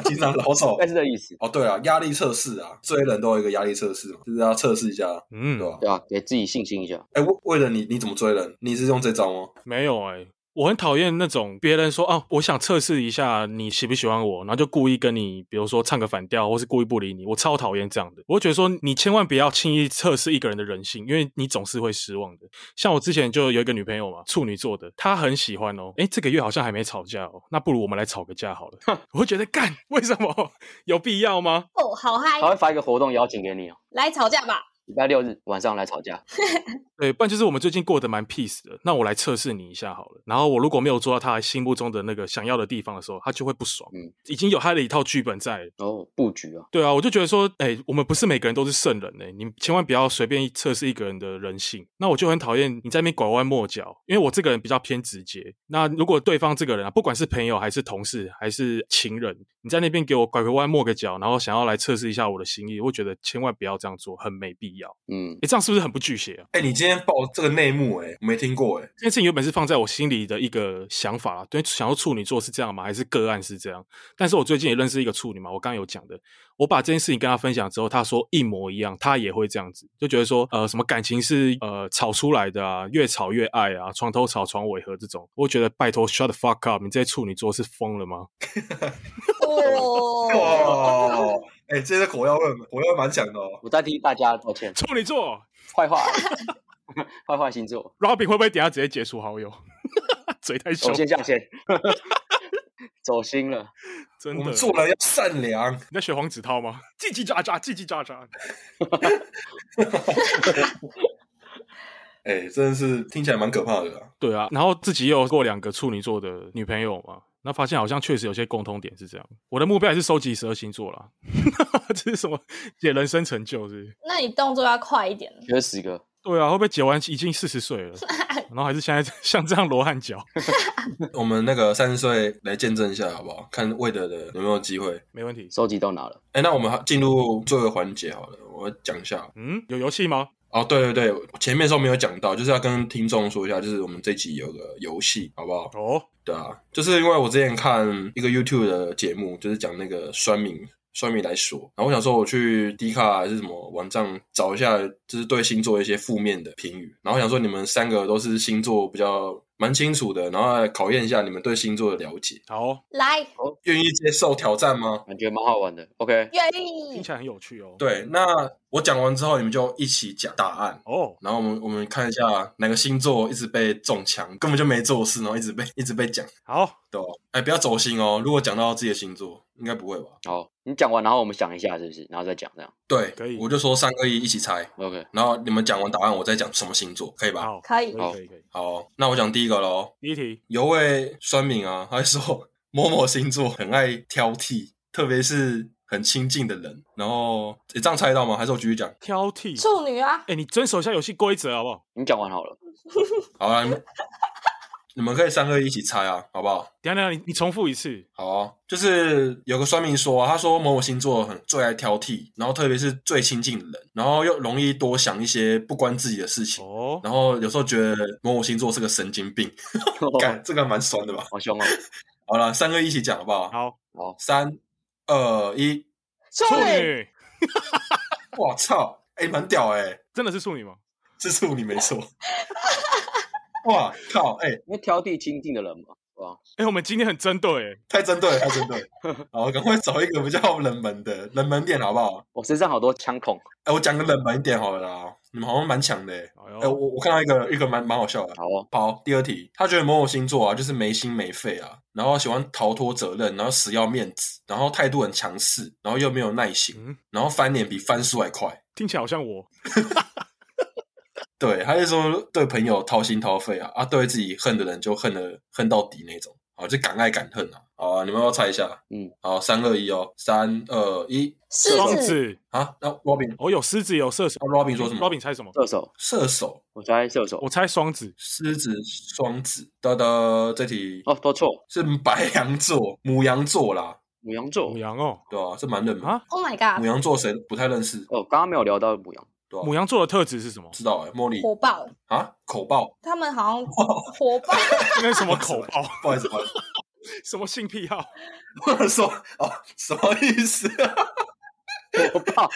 S1: 经常老手
S3: 大概。是这个意思，
S1: 哦，对啊，压力测试啊，追人都有一个压力测试嘛，就是要测试一下，
S2: 嗯
S1: 对，吧、
S3: 对吧？给自己信心一下。
S1: 哎、为为了你，你怎么追人？你是用这招吗？
S2: 没有哎、我很讨厌那种别人说哦，我想测试一下你喜不喜欢我，然后就故意跟你，比如说唱个反调，或是故意不理你，我超讨厌这样的。我会觉得说你千万不要轻易测试一个人的人性，因为你总是会失望的。像我之前就有一个女朋友嘛，处女座的，她很喜欢哦，诶，这个月好像还没吵架哦，那不如我们来吵个架好了。 我会觉得干，为什么 有必要吗？
S4: 哦，好嗨
S3: 他，会发一个活动邀请给你哦，
S4: 来吵架 吧！
S3: 礼拜六日晚上来吵架。
S2: 对，不然就是我们最近过得蛮 peace 的。那我来测试你一下好了。然后我如果没有做到他心目中的那个想要的地方的时候，他就会不爽。
S3: 嗯
S2: 已经有他的一套剧本在了。
S3: 哦，布局啊，
S2: 对啊，我就觉得说，哎、我们不是每个人都是圣人哎、你千万不要随便测试一个人的人性。那我就很讨厌你在那边拐弯抹角，因为我这个人比较偏直接。那如果对方这个人啊，不管是朋友还是同事还是情人，你在那边给我拐个弯抹个角，然后想要来测试一下我的心意，我觉得千万不要这样做，很没必要。
S3: 嗯
S2: 哎，，这样是不是很不巨蟹啊？
S1: 哎、你今天报这个内幕、哎，我没听过、哎，
S2: 这件事情原本是放在我心里的一个想法啦，对，想要处女座是这样吗？还是个案是这样？但是我最近也认识一个处女嘛，我刚刚有讲的，我把这件事情跟她分享之后，她说一模一样，她也会这样子，就觉得说，呃，什么感情是呃吵出来的啊，越吵越爱啊，床头吵床尾和这种，我觉得拜托 shut the fuck up，你这些处女座是疯了吗？
S4: 哦，
S1: 哦，哎、这些火药味，火药味蛮强的哦。
S3: 我代替大家道歉，
S2: 处女座
S3: 坏话， 坏话星座，
S2: ，Robin 会不会等一下直接解除好友？ 嘴太
S3: 首
S2: 凶，
S3: 先向前， 走心了。
S2: 真
S1: 我
S2: 的
S1: 们。做人要善良，
S2: 你在学黄子韬吗？叽叽喳喳，叽叽喳喳。
S1: 哎、真的是听起来蛮可怕的、啊。
S2: 对啊，然后自己也有过两个处女座的女朋友嘛，那发现好像确实有些共通点是这样。我的目标也是收集十二星座啦， 这是什么解人生成就是不是？
S4: 那你动作要快一点。
S3: 觉得十个，
S2: 对啊，会不会解完已经四十岁 了，然后还是现在 像这样罗汉脚？
S1: 我们那个三十岁来见证一下好不好？看魏德的有没有机会。
S2: 没问题。
S3: 收集到哪了？
S1: 哎、那我们进入最后一个环节好了，我讲一下。
S2: 嗯，有游戏吗？
S1: 哦，对对对，前面的时候没有讲到，就是要跟听众说一下，就是我们这集有个游戏，好不好？
S2: 哦，
S1: 对啊，就是因为我之前看一个 YouTube 的节目，就是讲那个酸民酸民来说，然后我想说我去 D 卡还是什么网站找一下，就是对星座一些负面的评语，然后想说你们三个都是星座比较蛮清楚的，然后来考验一下你们对星座的了解，
S2: 好，
S4: 来，
S1: 愿意接受挑战吗？
S3: 感觉蛮好玩的。OK，
S4: 愿
S2: 听
S4: 意
S2: 起来很有趣哦。，
S1: 对，那我讲完之后，你们就一起讲答案。
S2: 哦，
S1: 然后我们我们看一下哪个星座一直被中枪，根本就没做事，然后一直被一直被讲，
S2: 好，
S1: 对吧？哎，不要走心哦。如果讲到自己的星座，应该不会吧？
S3: 好，你讲完，然后我们想一下，是不是？然后再讲这样。
S1: 对，
S2: 可以
S1: 我就说三个一一起猜，
S3: OK，
S1: 然后你们讲完答案，我再讲什么星座，可以吧？
S2: 好，
S4: 可
S2: 可以，
S4: 以，
S3: 好
S2: 可以，可以。
S1: 好，哦那我讲第一个喽。
S2: 第一题，
S1: 有位酸民啊，他说某某星座很爱挑剔，特别是很亲近的人。然后，诶这样猜得到吗？还是我继续讲？
S2: 挑剔。
S4: 处女啊，
S2: 哎，你遵守一下游戏规则好不好？
S3: 你讲完好了。
S1: 好啊，你 们你们可以三个一起猜啊，好不好？
S2: 等一下，等一下，你你重复一次。
S1: 好啊、就是有个酸民说、啊，他说某某星座很最爱挑剔，然后特别是最亲近的人，然后又容易多想一些不关自己的事情，
S2: 哦，
S1: 然后有时候觉得某某星座是个神经病，
S3: 哦
S1: 干这个蛮酸的吧？
S3: 好凶哦！
S1: 好了，三个一起讲好不好？
S2: 好，
S3: 好，
S1: 三二一，
S4: 处
S2: 处
S4: 女，
S2: 女
S1: 我操，哎、蛮屌哎、
S2: 真的是处女吗？
S1: 这是你没错。哇靠！哎、
S3: 因为挑剔亲近的人嘛，是吧？
S2: 哎，我们今天很针对欸，
S1: 太针对了，太针对了。好，赶快找一个比较冷门的，冷门点好不好？
S3: 我身上好多枪孔。
S1: 哎、我讲个冷门一点好了啦。你们好像蛮强的、欸。
S2: 哎
S1: 哎、
S2: 呦
S1: 我我看到一个一个蛮蛮好笑的。
S3: 好哦，
S1: 好，第二题，他觉得某某星座啊，就是没心没肺啊，然后喜欢逃脱责任，然后死要面子，然后态度很强势，然后又没有耐心，
S2: 嗯，
S1: 然后翻脸比翻书还快。
S2: 听起来好像我
S1: 对，他就说对朋友掏心掏肺啊，啊，对自己恨的人就恨的恨到底那种。啊，就敢爱敢恨啊。好啊，你们要猜一下，
S3: 嗯，
S1: 好，三二一哦，三二一
S4: 狮
S2: 双
S4: 子
S2: 子，
S1: 啊，那 Robin，
S2: 哦，有狮子，有射手
S1: 那。Robin 说什么？
S2: Robin 猜什么？
S3: 射手，
S1: 射手、
S3: 我猜射手
S2: 我。猜双子。
S1: 狮子、双子，哒哒，这题
S3: 哦，都错，
S1: 是白羊座、母羊座啦，
S3: 母羊座
S2: 母。羊哦，
S1: 对吧、啊？这蛮冷门
S2: 啊。
S4: ，Oh my
S1: 母
S4: god，
S1: 羊座谁不太认识？
S3: 哦，刚刚没有聊到母羊，
S1: 对吧、
S2: 母羊座的特质是什么
S1: 不？知道哎、茉莉
S4: 火爆，
S1: 啊，口爆，
S4: 他们好像火爆，
S2: 那什么口爆？
S1: 不好意思，不好意思，
S2: 什么性癖好？
S1: 不能说哦， 什么意思、 啊？
S3: 火爆，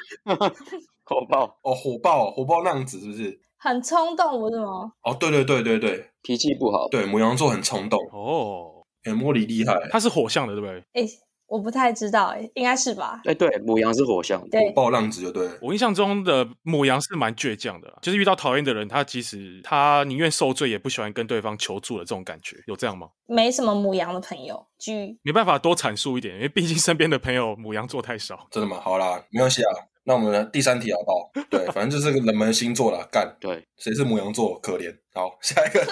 S3: 火爆，
S1: 哦，火爆，火爆浪子是不是？
S4: 很冲动，不是吗？
S1: 哦，对对对对对
S3: 脾气不好。
S1: 对，母羊座很冲动，
S2: 哦，
S1: 哎、茉莉厉害、
S2: 他是火象的，对不对？
S4: 哎、我不太知道、哎，应该是吧？
S3: 哎，对，母羊是火象。
S1: 火
S4: 对，
S1: 爆浪子就对了。
S2: 我印象中的母羊是蛮倔强的啦，就是遇到讨厌的人，他即使他宁愿受罪，也不喜欢跟对方求助的这种感觉，有这样吗？
S4: 没什么母羊的朋友居
S2: 没办法多阐述一点，因为毕竟身边的朋友母羊座太少。
S1: 真的吗？好啦，没关系啊。那我们第三题好不好？对，反正就是个冷门星座啦。干，
S3: 对，
S1: 谁是母羊座？可怜。好，下一个，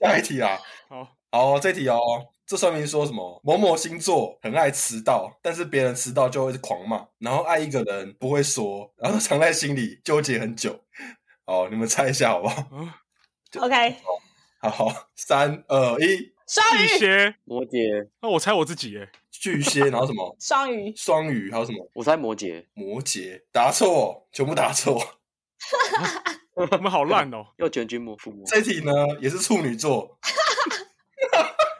S1: 下一题啦。
S2: 好，
S1: 好，这题哦，这算命说什么？某某星座很爱迟到，但是别人迟到就会狂骂，然后爱一个人不会说，然后藏在心里纠结很久。好，你们猜一下好不好？
S2: 嗯，
S4: ，OK，
S1: 好好，三二一，
S4: 双
S2: 巨
S4: 鱼，
S2: 蟹，
S3: 摩羯，
S2: 那我猜我自己耶，
S1: 巨蟹，然后什么？
S4: 双鱼，
S1: 双鱼，还有什么？
S3: 我猜摩羯，
S1: 摩羯，答错，全部答错。
S2: 我们好烂哦。
S3: 又全军莫覆没。
S1: 这题呢也是处女座，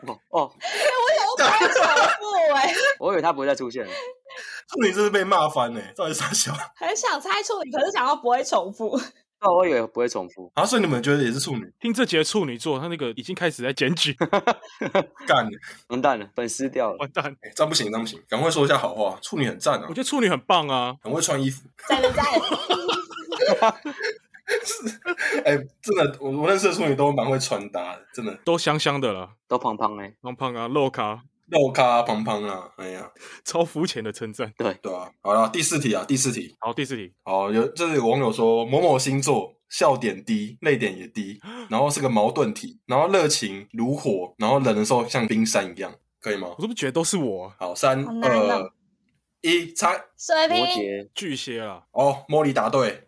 S3: 哦哦，
S4: 我想要重复哎，
S3: 我以为他不会再出现了。
S1: 处女真是被骂翻呢、到底是啥小？
S4: 很想猜处女，可是想要不会重复，
S3: 哦，我以为不会重复。
S1: 啊，所以你们觉得也是处女？
S2: 听这节处女座，他那个已经开始在检举，
S1: 干、欸
S3: 完蛋了，粉丝掉了。
S2: 完蛋。
S1: 欸，这样不行，这样不行，赶快说一下好话。处女很赞啊
S2: 我觉，得处女很棒啊，
S1: 很会穿衣服。
S4: 在不在？
S1: 哎、真的，我我认识的处女都蛮会穿搭的，真的，
S2: 都香香的啦，
S3: 都胖胖哎、
S2: 胖胖啊，肉咖，
S1: 肉咖胖胖啊，哎呀，
S2: 超肤浅的称赞。
S1: 对啊，好啦，第四题啊，第四题，
S2: 好，第四题，
S1: 好，有这里有网友说某某星座。笑点低，泪点也 低，然后是个矛盾体，然后热情如火，然后冷的时候像冰山一样，可以吗
S2: 我？怎么觉得都是我啊
S1: 好，三
S4: 好难
S1: 二
S4: 哦
S1: 一，猜。
S4: 水
S3: 摩
S4: 瓶，
S3: 羯
S2: 巨蟹啊？
S1: 哦，莫莉答 对，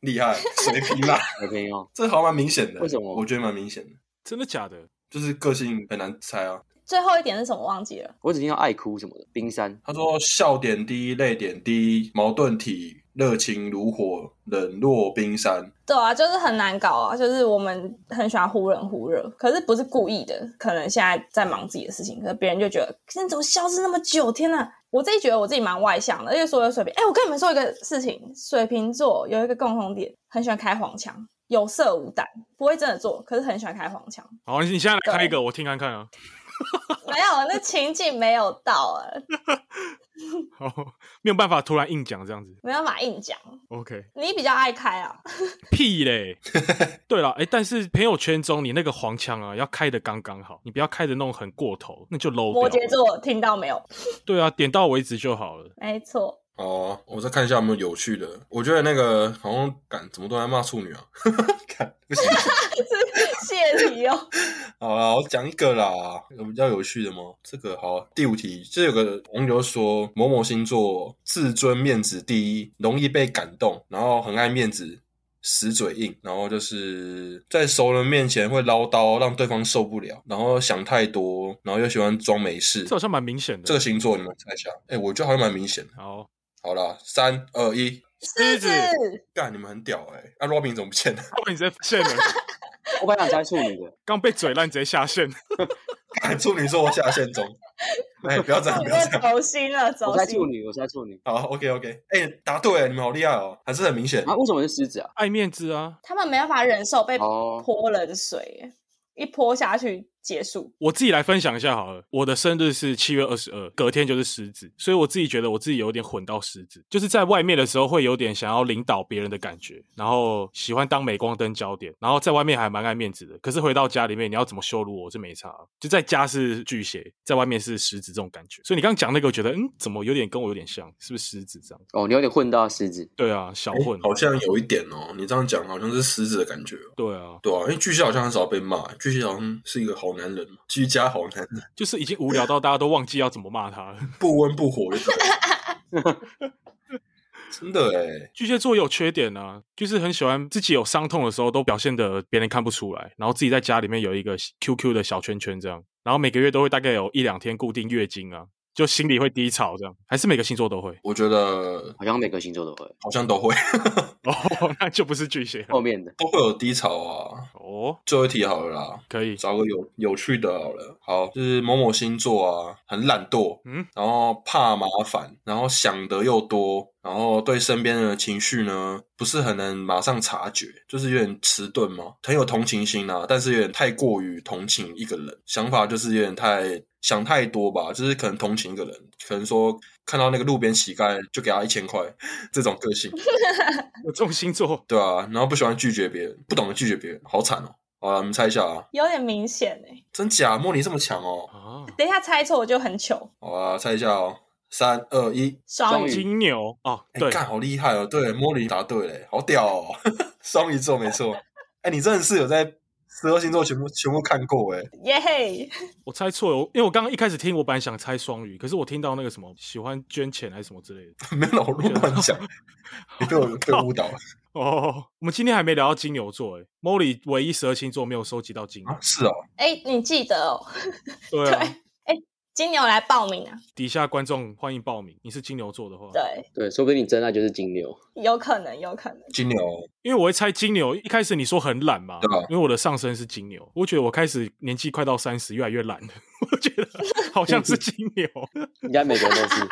S1: 厉害，水平 啦，
S3: 好朋友，
S1: 这好像蛮明显的。
S3: 为什么
S1: 我觉得蛮明显的，
S2: 真的假的？
S1: 就是个性很难猜啊。
S4: 最后一点是什么忘记了？
S3: 我只听到爱哭什么的，冰山
S1: 他说笑点低，泪点低，矛盾体，热情如火，冷若冰山。
S4: 对啊，就是很难搞啊，就是我们很喜欢忽冷忽热，可是不是故意的，可能现在在忙自己的事情，可是别人就觉得你怎么消失那么久？天呐！我自己觉得我自己蛮外向的，因为所有水瓶，哎、我跟你们说一个事情，水瓶座有一个共同点，很喜欢开黄腔，有色无胆，不会真的做，可是很喜欢开黄腔。
S2: 好，你你现在来开一个，我听看看啊。
S4: 没有，那情境没有到啊，
S2: 好，没有办法突然硬讲这样子。
S4: 没办法硬讲。
S2: OK，
S4: 你比较爱开啊，
S2: 屁嘞。 对了，哎，但是朋友圈中你那个黄腔啊，要开的刚刚好，你不要开的那种很过头，那就 low
S4: 摩
S2: 掉
S4: 羯
S2: 了。
S4: 座听到没有？
S2: 对啊，点到为止就好了。
S4: 没错，
S1: 哦，我再看一下有没有有趣的。我觉得那个好像敢怎么都在骂处 女啊，看不行。
S4: 谢 题哦。
S1: 好啦，我讲一个啦，有比较有趣的吗？这个好，第五题，这有个网友说某某星座自尊面子第一，容易被感动，然后很爱面子，死嘴硬，然后就是在熟人面前会唠叨，让对方受不了，然后想太多，然后又喜欢装没事
S2: 这。好像蛮明显的。
S1: 这个星座你们猜一下？哎、我觉得好像蛮明显的。
S2: 好，
S1: 好啦，三二一，
S4: 狮
S2: 子
S4: 子，
S1: 干，你们很屌哎、欸！那、Robin 怎么不见了？
S2: 不然你直接发现了，
S3: 我本来想猜处女的，
S2: 刚被嘴烂直接下线。
S1: 干处女座下线中，哎、不要这样，
S4: 你
S1: 不要这
S4: 这
S1: 样。
S4: 哦走心了，走
S3: 我猜
S4: 心
S3: 处。女，我猜处女。
S1: 好，OK OK，哎、答对了，你们好厉害哦，还是很明显。
S3: 啊，为什么是狮子啊？
S2: 爱面子啊，
S4: 他们没办法忍受被
S3: 哦
S4: 泼冷水，一泼下去结束。
S2: 我自己来分享一下好了。我的生日是七月二十二，隔天就是狮子，所以我自己觉得我自己有点混到狮子，就是在外面的时候会有点想要领导别人的感觉，然后喜欢当镁光灯焦点，然后在外面还蛮爱面子的。可是回到家里面，你要怎么羞辱我，我是没差。啊就在家是巨蟹，在外面是狮子这种感觉。所以你刚刚讲那个，我觉得嗯，怎么有点跟我有点像，是不是狮子这样？
S3: 哦，你有点混到狮子。
S2: 对啊，小
S1: 哎
S2: 混，
S1: 好像有一点哦，你这样讲好像是狮子的感觉哦，
S2: 对啊，
S1: 对啊，因为巨蟹好像很少被骂，巨蟹好像是一个好好男人嘛，居家好男人，
S2: 就是已经无聊到大家都忘记要怎么骂他了。
S1: 不温不火就对 了真的哎、
S2: 巨蟹座也有缺点啊，就是很喜欢自己有伤痛的时候都表现的别人看不出来，然后自己在家里面有一个 QQ 的小圈圈这样，然后每个月都会大概有一两天固定月经啊，就心里会低潮这样，还是每个星座都会
S1: 我觉得
S3: 好像每个星座都会。
S1: 好像都会
S2: 哦，那就不是巨
S1: 啊
S2: 蟹了
S3: 后面的
S1: 都会有低潮啊。
S2: 哦，
S1: 最后一题好了啦，
S2: 可以，
S1: 找个有有趣的好了。好，就是某某星座啊，很懒惰，
S2: 嗯，
S1: 然后怕麻烦，然后想的又多，然后对身边人的情绪呢，不是很能马上察觉，就是有点迟钝嘛，很有同情心啊，但是有点太过于同情一个人，想法就是有点太想太多吧，就是可能同情一个人，可能说看到那个路边乞丐就给他一千块，这种个性。
S2: 有这种星座
S1: 对啊，然后不喜欢拒绝别人，不懂得拒绝别人，好惨哦。好了，你们猜一下啊，
S4: 有点明显哎、
S1: 真假？莫妮这么强哦。
S2: 啊，
S4: 等一下猜错我就很糗。
S1: 好啊，猜一下哦。三二一，
S4: 双
S3: 双
S4: 鱼
S3: 鱼
S2: 金牛哦，
S1: 哎、
S2: 对，
S1: 干好厉害哦！对，莫妮答对嘞，好屌哦！双鱼座没错。哎、你真的是有在十二星座全部全部看过哎。
S4: 耶嘿，
S2: 我猜错了，我因为我刚刚一开始听，我本来想猜双鱼，可是我听到那个什么喜欢捐钱还是什么之类的。
S1: 没有，我乱乱讲，你被我被我误导了
S2: 哦，我们今天还没聊到金牛座诶，Molly 哎唯一十二星座没有收集到金牛
S1: 啊！，是哦，
S4: 哎、你记得哦，
S2: 对
S4: 对，
S2: 啊，
S4: 哎、金牛来报名啊，
S2: 底下观众欢迎报名，你是金牛座的话，
S4: 对，
S3: 对，说不定你真爱就是金牛。
S4: 有可能，有可能，
S1: 金牛
S2: 因为我会猜金牛，一开始你说很懒嘛，
S1: 对啊
S2: 因为我的上身是金牛，我觉得我开始年纪快到三十，越来越懒了， 我觉得好像是金 牛，
S3: 应该每个人都是。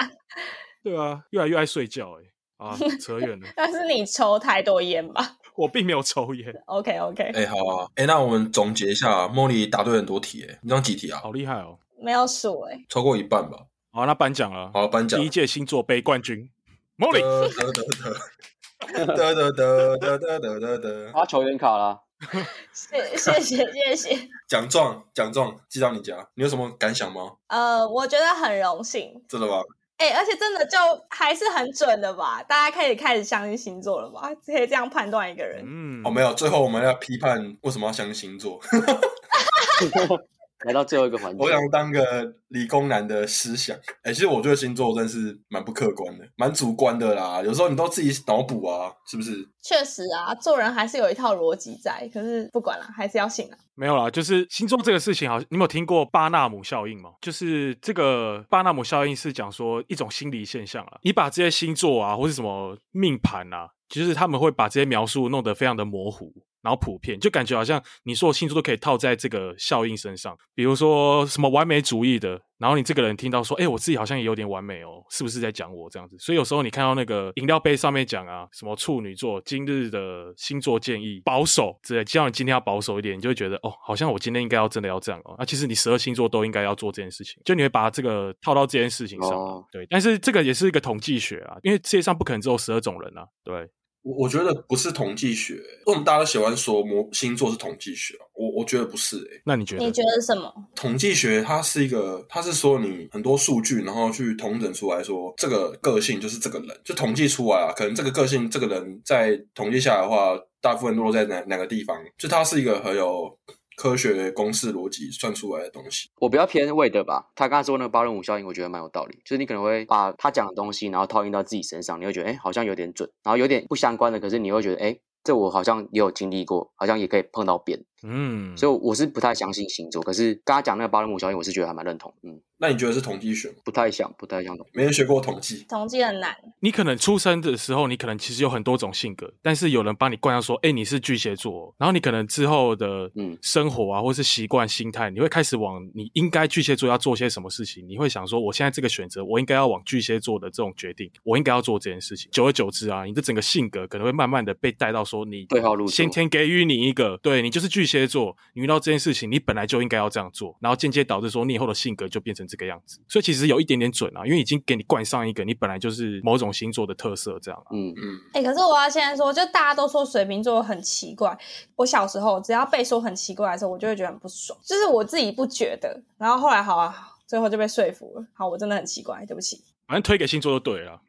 S2: 对啊，越来越爱睡觉、欸，啊，扯远了，
S4: 但是你抽太多烟吧
S2: 我并没有抽烟，
S4: ？OK OK，
S1: 哎、好啊，哎、那我们总结一下，莫妮答对很多题哎，你讲几题啊？
S2: 好厉害哦，
S4: 没有数哎、
S1: 超过一半吧。
S2: 好，那颁奖了，
S1: 好，颁奖
S2: 第一。届星座杯冠军，Molly，
S1: 得得得得得得得得得得得
S3: 发球员卡啦，
S4: 谢谢谢谢谢，
S1: 奖状奖状寄到你家，你有什么感想吗？
S4: 呃，我觉得很荣幸，
S1: 真的吗？
S4: 哎、而且真的就还是很准的吧？大家可以开始相信星座了吧？可以这样判断一个人，
S2: 嗯
S1: 哦，没有，最后我们要批判为什么要相信星座。
S3: 来到最后一个环节
S1: 我，想当个理工男的思想。哎、其实我对星座真是蛮不客观的，蛮主观的啦。有时候你都自己脑补啊，是不是？
S4: 确实啊，做人还是有一套逻辑在，可是不管了，还是要信啊。
S2: 没有啦，就是星座这个事情，好像你有没有听过巴纳姆效应吗？就是这个巴纳姆效应是讲说一种心理现象啊，你把这些星座啊，或是什么命盘啊，就是他们会把这些描述弄得非常的模糊。然后普遍就感觉好像你所有星座都可以套在这个效应身上，比如说什么完美主义的，然后你这个人听到说，哎，我自己好像也有点完美哦，是不是在讲我这样子？所以有时候你看到那个饮料杯上面讲啊，什么处女座今日的星座建议保守之类，叫你今天要保守一点，你就会觉得哦，好像我今天应该要真的要这样哦。那、其实你十二星座都应该要做这件事情，就你会把这个套到这件事情上啊、
S3: 哦
S2: 对，但是这个也是一个统计学啊，因为世界上不可能只有十二种人啊。对，
S1: 我我觉得不是统计学，为什么大家都喜欢说魔星座是统计学啊、我我觉得不是、欸，
S2: 那你觉
S4: 你
S2: 得？
S4: 觉得什么？
S1: 统计学它是一个，它是说你很多数据，然后去统整出来说这个个性就是这个人，就统计出来啊。可能这个个性，这个人在统计下来的话，大部分落在哪哪个地方？就它是一个很有科学公式逻辑算出来的东西。
S3: 我比较偏魏德吧。他刚才说那个八论五效应，我觉得蛮有道理。就是你可能会把他讲的东西，然后套用到自己身上，你会觉得哎、诶好像有点准，然后有点不相关的，可是你会觉得哎、诶这我好像也有经历过，好像也可以碰到边。
S2: 嗯，
S3: 所以我是不太相信星座，可是刚刚讲那个八论五效应，我是觉得还蛮认同。嗯，
S1: 那你觉得是统计学吗？
S3: 不太像，不太像懂。
S1: 没人学过统计，
S4: 统计很难，
S2: 你可能出生的时候，你可能其实有很多种性格，但是有人帮你灌上说，哎，你是巨蟹座哦，然后你可能之后的
S3: 嗯
S2: 生活啊，或是习惯、心态，你会开始往你应该巨蟹座要做些什么事情，你会想说，我现在这个选择，我应该要往巨蟹座的这种决定，我应该要做这件事情。久而久之啊，你的整个性格可能会慢慢的被带到说你
S3: 对号入座
S2: 先天给予你一个，对你就是巨蟹座，你遇到这件事情，你本来就应该要这样做，然后间接导致说你以后的性格就变成这个样子。所以其实有一点点准啊，因为已经给你冠上一个你本来就是某种星座的特色这样、啊。
S3: 嗯，
S1: 嗯，
S4: 哎、可是我要现在说，就大家都说水瓶座很奇怪。我小时候只要被说很奇怪的时候，我就会觉得很不爽，就是我自己不觉得。然后后来好啊，最后就被说服了。好，我真的很奇怪，对不起。
S2: 反正推给星座就对了。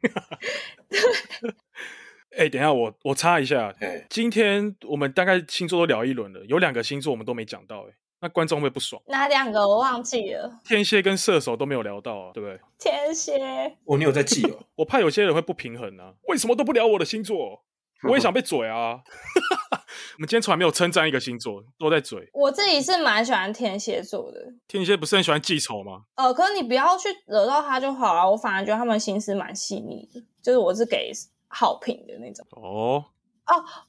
S2: 哎、等一下，我我插一下，
S1: 哎，
S2: 今天我们大概星座都聊一轮了，有两个星座我们都没讲到、欸，那观众会不爽。
S4: 哪两个我忘记了？
S2: 天蝎跟射手都没有聊到啊，对不对？
S4: 天蝎，
S1: 哦，你有在记哦？
S2: 我怕有些人会不平衡啊，为什么都不聊我的星座？我也想被嘴啊！ 我们今天从来没有称赞一个星座，都在嘴。
S4: 我自己是蛮喜欢天蝎座的。
S2: 天蝎不是很喜欢记仇吗？
S4: 呃，可是你不要去惹到他就好啊了。我反而觉得他们心思蛮细腻的，就是我是给好评的那种。
S2: 哦，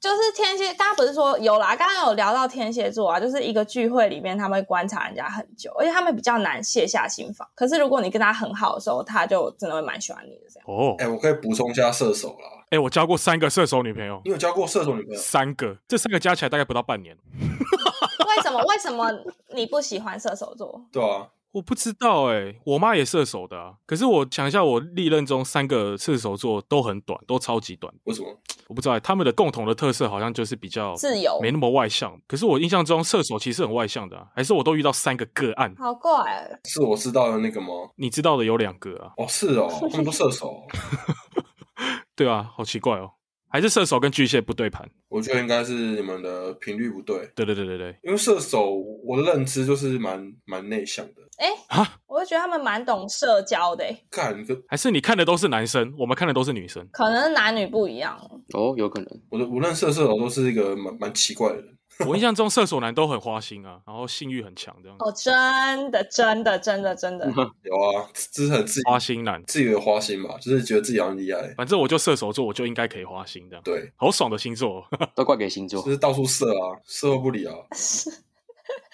S4: 就是天蝎，刚刚不是说有啦，刚刚有聊到天蝎座啊，就是一个聚会里面他们会观察人家很久，而且他们比较难卸下心防。可是如果你跟他很好的时候，他就真的会蛮喜欢你的这样。
S2: 哦，
S1: 哎、我可以补充一下射手啦。
S2: 哎，我交过三个射手女朋友，
S1: 你有交过射手女
S4: 嗯
S1: 朋友？
S2: 三个，这三个加起来大概不到半年。
S4: 为什么？为什么你不喜欢射手座？
S1: 对啊，
S2: 我不知道哎、我妈也射手的啊。可是我想一下，我历任中三个射手座都很短，都超级短。
S1: 为什么？
S2: 我不知道、欸、他们的共同的特色好像就是比较
S4: 自由，
S2: 没那么外向。可是我印象中射手其实很外向的、啊，还是我都遇到三个个案，
S4: 好怪哦、
S1: 是我知道的那个吗？
S2: 你知道的有两个啊，
S1: 哦，是哦，他们都射手哦，
S2: 对啊，好奇怪哦，还是射手跟巨蟹不对盘。
S1: 我觉得应该是你们的频率不对，
S2: 对对对对对，
S1: 因为射手我的认知就是蛮蛮内向的。
S4: 哎、
S2: 啊
S4: 我就觉得他们蛮懂社交的、欸，
S1: 看，可
S2: 还是你看的都是男生，我们看的都是女生。
S4: 可能男女不一样哦。
S3: 哦，有可能。
S1: 我的我认识的射手都是一个蛮蛮奇怪的人。
S2: 我印象中射手男都很花心啊，然后性欲很强这样，
S4: 哦，真的，真的，真的，真的，
S1: 有啊，这是很自己
S2: 花心男。
S1: 自己的花心吧，就是觉得自己很厉害，
S2: 反正我就射手座，我就应该可以花心这样，
S1: 对，
S2: 好爽的星座哦。
S3: 都怪给星座
S1: 就。是到处射啊，射后不理啊。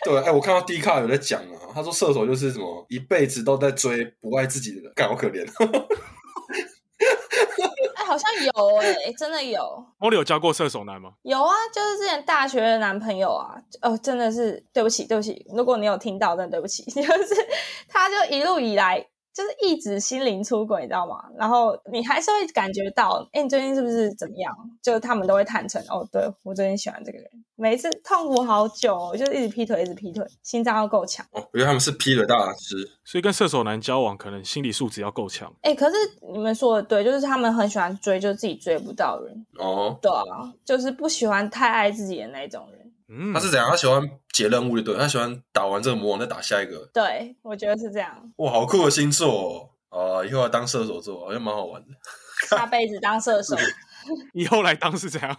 S1: 对，哎、我看到 D 卡有在讲啊，他说射手就是什么一辈子都在追不爱自己的人，干好可怜。哦
S4: 哎、好像有哎、真的有，
S2: 莫里有交过射手男吗？
S4: 有啊，就是之前大学的男朋友啊，哦，真的是对不起，对不起，如果你有听到，真的对不起， 就是他就一路以来就是一直心灵出轨，你知道吗？然后你还是会感觉到，哎，你最近是不是怎么样？就他们都会坦诚，哦，对我最近喜欢这个人，每一次痛苦好久、哦，就是一直劈腿，一直劈腿，心脏要够强。
S1: 哦，我觉得他们是劈腿大师，
S2: 所以跟射手男交往，可能心理素质要够强。
S4: 哎，可是你们说的对，就是他们很喜欢追，就是自己追不到的人，
S1: 哦，
S4: 对啊，就是不喜欢太爱自己的那种人。
S2: 嗯，
S1: 他是怎样？他喜欢解任务就对了，他喜欢打完这个魔王再打下一个，
S4: 对，我觉得是这 样。
S1: 哇，好酷的星座哦！啊，以后要当射手座，好像蛮好玩的，
S4: 下辈子 当射手，
S2: 以后来当是怎样？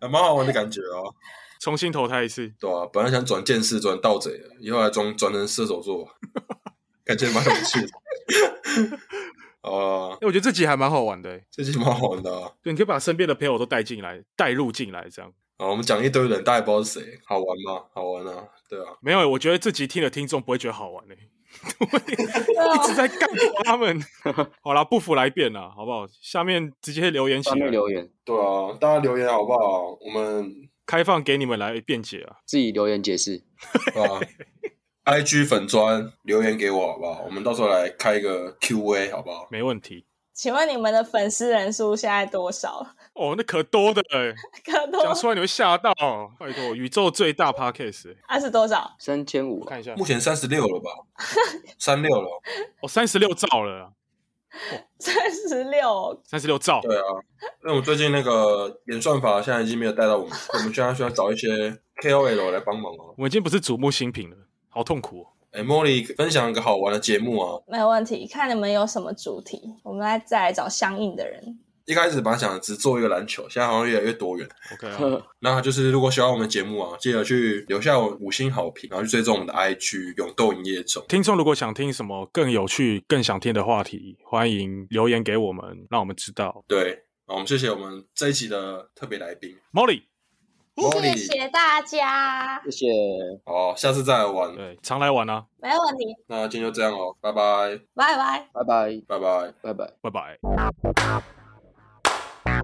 S1: 还蛮好玩的感觉哦。
S2: 重新投胎一次，
S1: 对啊，本来想转剑士转盗贼的，以后来装转成射手 座，感觉蛮有趣的。 啊，
S2: 哎、我觉得这集还蛮好玩的、欸。
S1: 这集蛮好玩的啊！
S2: 对，你可以把身边的朋友都带进来，带入进来，这样
S1: 啊，我们讲一堆人，大家也不知道是谁，好玩吗？好玩啊，对啊。
S2: 没有、欸？我觉得这集听的听众不会觉得好玩嘞、欸。 一
S3: 哦
S2: 直
S4: 对
S2: 在
S4: 啊
S2: 干掉他们。 好啦，不服来辩啦，好不好？下面直接留言起
S3: 下
S2: 来
S3: 面，留言，
S1: 对啊，大家留言好不好？我们
S2: 开放给你们来辩解啊。
S3: 自己留言解释。
S1: 啊 ，IG 粉砖留言给我好不好？我们到时候来开一个 Q&A 好不好？
S2: 没问题。
S4: 请问你们的粉丝人数现在多少？
S2: 哦，那可多的欸，
S4: 可
S3: 哦
S4: 多
S2: 讲出来你会吓到。拜托，宇宙最大 podcast，欸
S4: 啊是多少？
S3: 三千五
S2: 我，看一下
S1: 目，前三十六 了吧？三六了，
S2: 哦，三十六兆了啊，
S4: 三十六，
S2: 三十六兆。
S1: 对啊，因为我们最近那个演算法现在已经没有带到我们，我们现在需要找一些 KOL 来帮忙哦。
S2: 我们已经不是瞩目新品了，好痛苦、哦。
S1: 哎、茉莉分享一个好玩的节目啊！
S4: 没有问题。看你们有什么主题，我们来再来找相应的人。
S1: 一开始本来想只做一个篮球，现在好像越来越多元。
S2: OK 啊，
S1: 那就是如果喜欢我们节目啊，记得去留下五星好评，然后去追踪我们的 IG 永斗营业中。
S2: 听众如果想听什么更有趣、更想听的话题，欢迎留言给我们，让我们知道。
S1: 对，那我们谢谢我们这一集的特别来宾
S2: Molly，
S1: 茉
S4: 谢
S1: 莉。
S4: 谢大家，
S3: 谢谢，
S1: 好，下次再来玩。
S2: 对，常来玩啊，
S4: 没问题，
S1: 那今天就这样哦，拜拜，
S4: 拜拜。
S3: 拜拜，
S1: 拜拜。
S3: 拜拜。
S2: 拜拜。